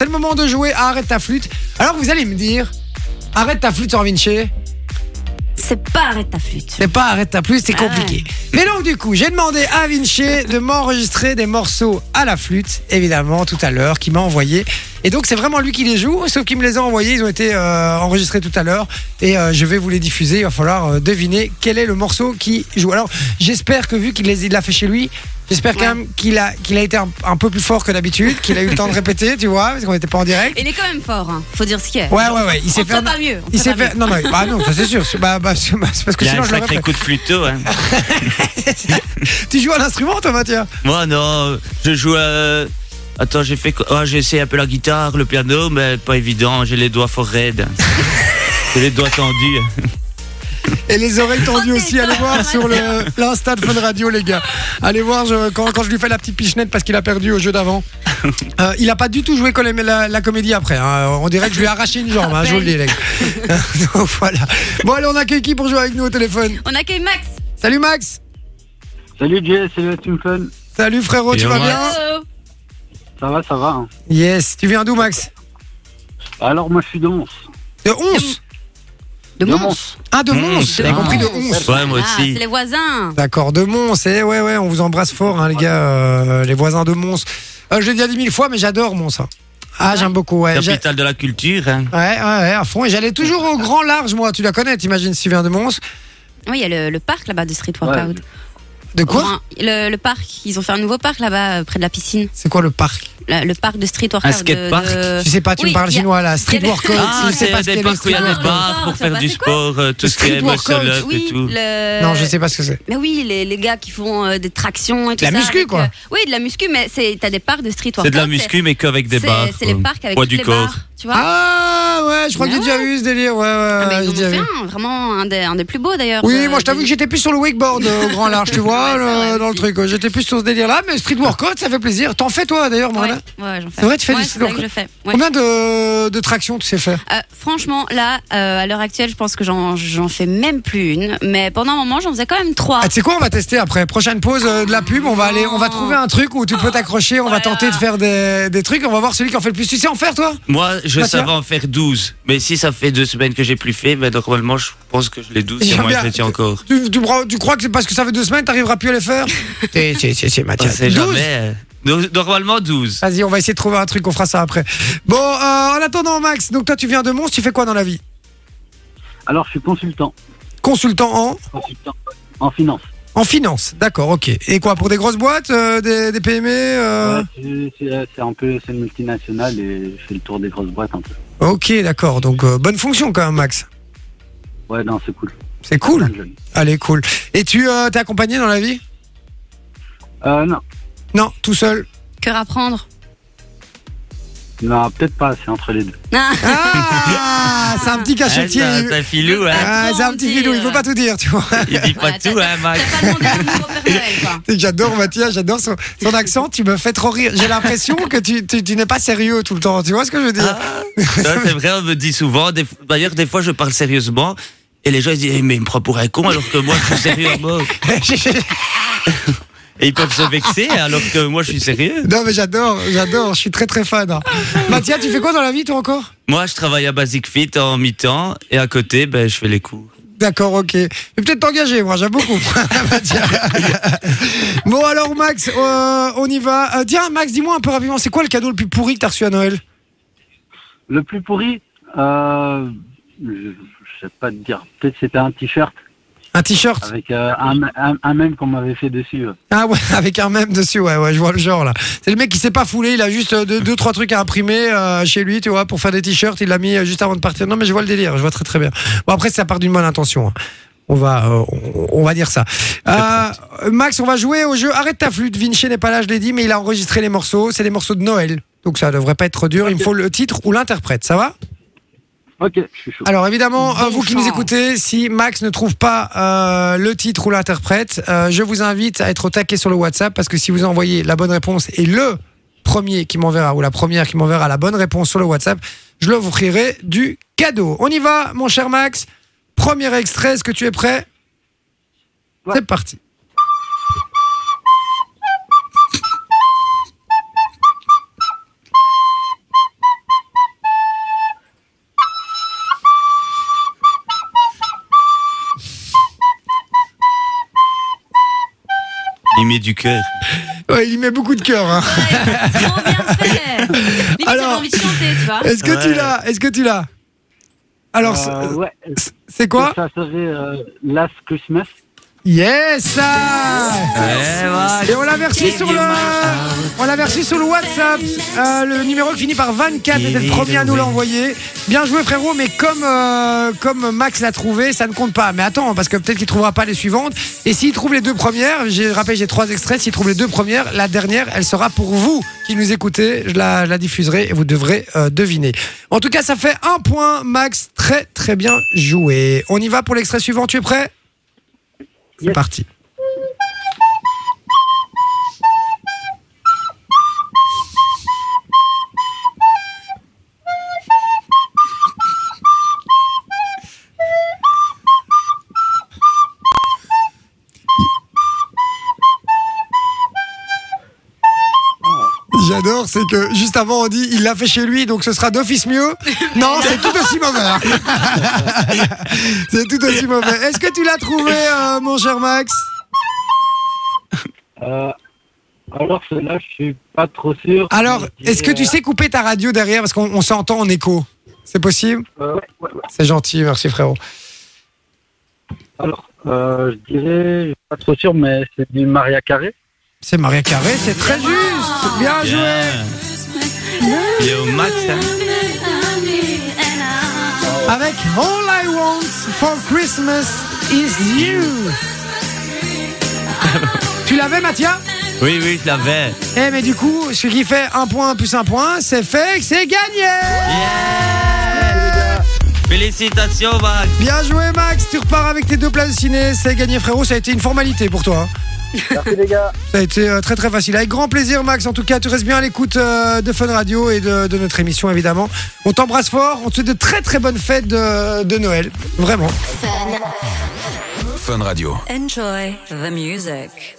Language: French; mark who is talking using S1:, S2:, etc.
S1: C'est le moment de jouer à Arrête ta flûte. Alors vous allez me dire, Arrête ta flûte, Sor Vinci,
S2: C'est pas arrête ta flûte.
S1: c'est pas Arrête ta flûte, c'est
S2: Ah ouais.
S1: compliqué. Mais donc du coup, j'ai demandé à Vinci de m'enregistrer des morceaux à la flûte, évidemment, tout à l'heure, qu'il m'a envoyé. Et donc c'est vraiment lui qui les joue, sauf qu'il me les a envoyés, ils ont été euh, enregistrés tout à l'heure. Et euh, je vais vous les diffuser, il va falloir euh, deviner quel est le morceau qui joue. Alors j'espère que vu qu'il les il l'a fait chez lui, j'espère quand même qu'il a, qu'il a été un, un peu plus fort que d'habitude, qu'il a eu le temps de répéter, tu vois, parce qu'on n'était pas en direct.
S2: Il est quand même fort, hein. faut dire ce qu'il est.
S1: Ouais, ouais, ouais. Il s'est
S2: on
S1: fait.
S2: peut pas mieux, on
S1: Il
S2: peut
S1: s'est
S2: pas
S1: fait. Non, non, bah non, ça c'est sûr. C'est- Bah, bah, c'est c'est parce que
S3: Il y a
S1: sinon
S3: un
S1: je l'aurais
S3: sacré
S1: fait.
S3: coup de flûteau. Hein.
S1: Tu joues à l'instrument, toi, Mathieu
S3: Moi, non, je joue. euh, Attends, j'ai fait. quoi Ah, j'ai essayé un peu la guitare, le piano, mais pas évident. J'ai les doigts fort raides. j'ai les doigts tendus.
S1: Et les oreilles tendues
S2: Oh,
S1: aussi.
S2: t'es
S1: Allez
S2: con,
S1: voir sur le- l'Insta de Fun Radio, les gars. Allez voir je- quand, quand je lui fais la petite pichenette parce qu'il a perdu au jeu d'avant. Euh, il a pas du tout joué colé- la, la comédie après. hein. On dirait que je lui ai arraché une jambe, hein, je vous le dis, les gars. Donc, voilà. Bon, allez, on accueille qui pour jouer avec nous au téléphone
S2: On accueille Max.
S1: Salut, Max.
S4: Salut Jay, salut la Team Fun.
S1: Salut, frérot, tu
S3: Yo,
S1: vas
S3: Max.
S1: bien
S2: Hello.
S4: Ça va, ça va. hein.
S1: Yes. Tu viens d'où, Max
S4: Alors moi je suis de Mons.
S1: De 11
S2: De
S4: De
S2: Mons.
S4: Mons.
S1: Ah, de
S3: Mmh,
S1: 11 J'ai
S3: ah.
S1: compris de 11
S3: Ouais, moi
S2: Ah,
S3: aussi.
S2: c'est les voisins.
S1: D'accord, de Mons, eh, ouais, ouais, on vous embrasse fort, hein, les gars, euh, les voisins de Mons. Euh, je l'ai déjà dit mille fois, mais j'adore Mons. hein. Ah, j'aime beaucoup, ouais. j'ai-
S3: Capitale de la culture. hein.
S1: Ouais, ouais, ouais, à fond. Et j'allais toujours au grand large, moi, tu la connais, t'imagines, si tu viens de Mons.
S2: Oui, il y a le, le parc là-bas de Street
S4: Ouais.
S2: Workout.
S1: De quoi
S2: Enfin, le, le parc, ils ont fait un nouveau parc là-bas euh, près de la piscine.
S1: C'est quoi le parc
S2: La- le parc de Street Workout.
S3: skatepark
S2: de-
S1: Tu sais pas, tu
S2: oui,
S1: me parles
S2: il y a-
S1: chinois, là. Street
S2: il y a-
S1: workout,
S3: Ah,
S1: tu sais
S3: c'est
S1: pas
S3: à
S1: ce qu'est
S3: des
S1: le
S3: parcs où il y a
S1: street
S2: street
S1: workout.
S3: des bars pour
S2: workout. Ah, Ça
S3: faire
S2: va,
S3: du
S2: c'est quoi
S3: sport, euh, tout
S1: Le
S3: ce qui
S1: street
S3: est
S1: workout,
S3: muscle-up
S2: Oui,
S3: et tout.
S2: le-
S1: Non, je sais pas ce que c'est.
S2: Mais oui, les, les gars qui font euh, des tractions et tout
S1: la
S2: ça.
S1: muscu,
S2: avec,
S1: quoi.
S2: euh, Oui, de la muscu, mais c'est- t'as des parcs de Street Workout.
S3: C'est de la muscu, mais qu'avec des
S2: c'est-
S3: bars.
S2: C'est les
S3: quoi.
S2: parcs avec
S3: Poids
S2: toutes
S3: du
S2: les
S3: corps.
S2: barres, tu vois.
S1: Ah, ouais, je crois que j'ai
S2: Mais
S1: déjà eu ce délire, ouais, ouais, ouais,
S2: Ah, mais ils
S1: j'ai
S2: en ont
S1: déjà
S2: fait
S1: vu.
S2: un, vraiment un des, un des plus beaux d'ailleurs. euh,
S1: Oui,
S2: de-
S1: moi je t'avoue
S2: de-
S1: que j'étais plus sur le wakeboard euh, au grand large, tu vois,
S2: Ouais, c'est
S1: le-
S2: vrai
S1: dans le
S2: aussi.
S1: truc. J'étais plus sur ce délire-là, mais street workout, ça fait plaisir. T'en fais toi d'ailleurs,
S2: Ouais,
S1: Morana
S2: ouais, j'en fais.
S1: C'est vrai, tu fais
S2: Ouais,
S1: du
S2: c'est ça que
S1: slow.
S2: je fais. ouais.
S1: Combien de, de tractions tu sais faire
S2: Euh, franchement, là, euh, à l'heure actuelle, je pense que j'en j'en fais même plus une. Mais pendant un moment, j'en faisais quand même trois.
S1: ah, Tu sais quoi, on va tester après. Prochaine pause euh, de la pub, on va aller, on va
S2: non.
S1: trouver un truc où tu peux t'accrocher, on va
S2: Voilà.
S1: tenter de faire des, des trucs, on va voir celui qui en fait le plus. Tu sais en faire toi
S3: Moi, je
S1: Mathieu
S3: savais en faire 12. Mais si ça fait deux semaines que j'ai plus fait, ben, normalement, je pense que je les 12.
S1: J'aime
S3: Sinon,
S1: bien.
S3: je les tiens encore.
S1: tu, tu, crois- tu crois que c'est parce que ça fait deux semaines, t'arriveras plus à les faire C'est- C'est c'est- c'est
S3: On
S1: Mathias.
S3: sait
S1: 12.
S3: jamais. euh. Normalement, 12.
S1: Vas-y, on va essayer de trouver un truc, on fera ça après. Bon, euh, en attendant, Max, donc toi tu viens de Mons, tu fais quoi dans la vie
S4: Alors je suis consultant.
S1: Consultant en
S4: Consultant en finance.
S1: En finance, d'accord, ok. Et quoi, pour des grosses boîtes, euh, des, des PME euh,
S4: Ouais, c'est- c'est c'est un peu c'est une multinationale et je fais le tour des grosses boîtes un peu.
S1: Ok, d'accord, donc euh, bonne fonction quand même, Max.
S4: Ouais, non, c'est cool.
S1: C'est cool.
S4: Plein de jeunes.
S1: Allez, cool. Et tu euh, t'es accompagné dans la vie
S4: Euh, non,
S1: Non, tout seul.
S2: Que apprendre
S4: non peut-être pas, c'est entre les deux.
S2: Ah,
S1: Ah, c'est un petit cachetier.
S3: Ah, c'est un- c'est un filou, hein.
S1: Ah, c'est un petit filou, il faut pas tout dire, tu vois.
S3: Il dit pas
S2: Voilà,
S3: tout, hein,
S2: Ah, T'as
S3: Max.
S2: pas demandé un nouveau Père Noël, quoi.
S1: J'adore Mathias, j'adore son, son accent, tu me fais trop rire. J'ai l'impression que tu, tu, tu n'es pas sérieux tout le temps, tu vois ce que je veux dire
S3: Ça, c'est vrai, on me dit souvent. Des- D'ailleurs, des fois, je parle sérieusement. Et les gens ils disent, Eh, mais il me prend pour un con alors que moi je suis sérieux. moi. Et ils peuvent se vexer hein, alors que moi je suis sérieux.
S1: Non, mais j'adore, j'adore, je suis très très fan. hein. Mathias, tu fais quoi dans la vie toi encore
S3: Moi je travaille à Basic Fit en mi-temps et à côté ben, je fais les cours.
S1: D'accord, ok. Je vais peut-être t'engager, moi, j'aime beaucoup. Tiens. bon, alors, Max, euh, on y va. Euh, tiens, Max, dis-moi un peu rapidement, c'est quoi le cadeau le plus pourri que t'as reçu à Noël
S4: Le plus pourri, euh, je, je sais pas te dire. Peut-être c'était un t-shirt
S1: Un t-shirt
S4: avec euh, un, un, un même qu'on m'avait fait dessus. euh.
S1: Ah ouais, avec un même dessus, ouais, ouais, je vois le genre, là. C'est le mec qui s'est pas foulé, il a juste euh, deux, deux, trois trucs à imprimer euh, chez lui, tu vois, pour faire des t-shirts, il l'a mis euh, juste avant de partir. Non, mais je vois le délire, je vois très très bien. Bon, après, ça part d'une bonne intention. hein. On va, euh, on, on va dire ça. Euh, Max, on va jouer au jeu. Arrête ta flûte. Vinci n'est pas là, je l'ai dit, mais il a enregistré les morceaux. C'est des morceaux de Noël. Donc ça devrait pas être trop dur. Il me faut le titre ou l'interprète. Ça va
S4: Ok, je suis chaud.
S1: Alors évidemment,
S2: Bonne
S1: euh, vous qui nous
S2: chance.
S1: écoutez, si Max ne trouve pas euh, le titre ou l'interprète, euh, je vous invite à être au taquet sur le WhatsApp parce que si vous envoyez la bonne réponse et le premier qui m'enverra ou la première qui m'enverra la bonne réponse sur le WhatsApp, je leur offrirai du cadeau. On y va, mon cher Max. Premier extrait, est-ce que tu es prêt
S4: Ouais.
S1: C'est parti.
S3: Il met du cœur.
S1: Ouais, il y met beaucoup de cœur. hein.
S2: Ouais, trop bien fait. Limite, j'avais
S1: Alors- euh,
S2: envie de chanter, tu vois.
S1: Est-ce que tu
S3: Ouais.
S1: l'as Est-ce que tu l'as Alors,
S4: Euh, ouais,
S1: c'est- c'est quoi
S4: Ça serait euh, Last Christmas.
S1: Yes ça Et on l'a versé sur le, on l'a versé sur le WhatsApp, euh, le numéro qui finit par 24, était le premier à nous l'envoyer. Bien joué frérot, mais comme euh, comme Max l'a trouvé, ça ne compte pas. Mais attends, parce que peut-être qu'il trouvera pas les suivantes. Et s'il trouve les deux premières, j'ai rappelé j'ai trois extraits. S'il trouve les deux premières, la dernière, elle sera pour vous qui nous écoutez. Je la, je la diffuserai et vous devrez euh, deviner. En tout cas, ça fait un point Max, très très bien joué. On y va pour l'extrait suivant. Tu es prêt C'est
S4: Yes.
S1: parti. J'adore, c'est que juste avant on dit il l'a fait chez lui, donc ce sera d'office mieux. Non, c'est tout aussi mauvais. hein. c'est tout aussi mauvais. Est-ce que tu l'as trouvé, euh, mon cher Max
S4: Euh, alors celle-là, je suis pas trop sûr.
S1: Alors,
S4: Je
S1: est-ce que tu
S4: dirais,
S1: sais couper ta radio derrière parce qu'on on s'entend en écho C'est possible
S4: euh, ouais, ouais, ouais.
S1: C'est gentil, merci frérot.
S4: Alors, euh, je dirais, je suis pas trop sûr, mais c'est du Maria Carré.
S1: C'est Maria Carré, c'est très juste. Bien joué.
S3: Il est au max. hein.
S1: Avec All I Want for Christmas is You. tu l'avais, Mathia
S3: Oui, oui, je l'avais.
S1: Eh mais du coup, celui qui fait un point plus un point, c'est fait, c'est gagné
S3: Yeah Félicitations, Max.
S1: Bien joué Max, tu repars avec tes deux places ciné, c'est gagné frérot, ça a été une formalité pour toi. hein.
S4: Merci les gars.
S1: Ça a été euh, très très facile. Avec grand plaisir Max, en tout cas, tu restes bien à l'écoute euh, de Fun Radio et de, de notre émission évidemment. On t'embrasse fort, on te souhaite de très très bonnes fêtes de, de Noël, vraiment.
S5: Fun Radio.
S6: Enjoy the music.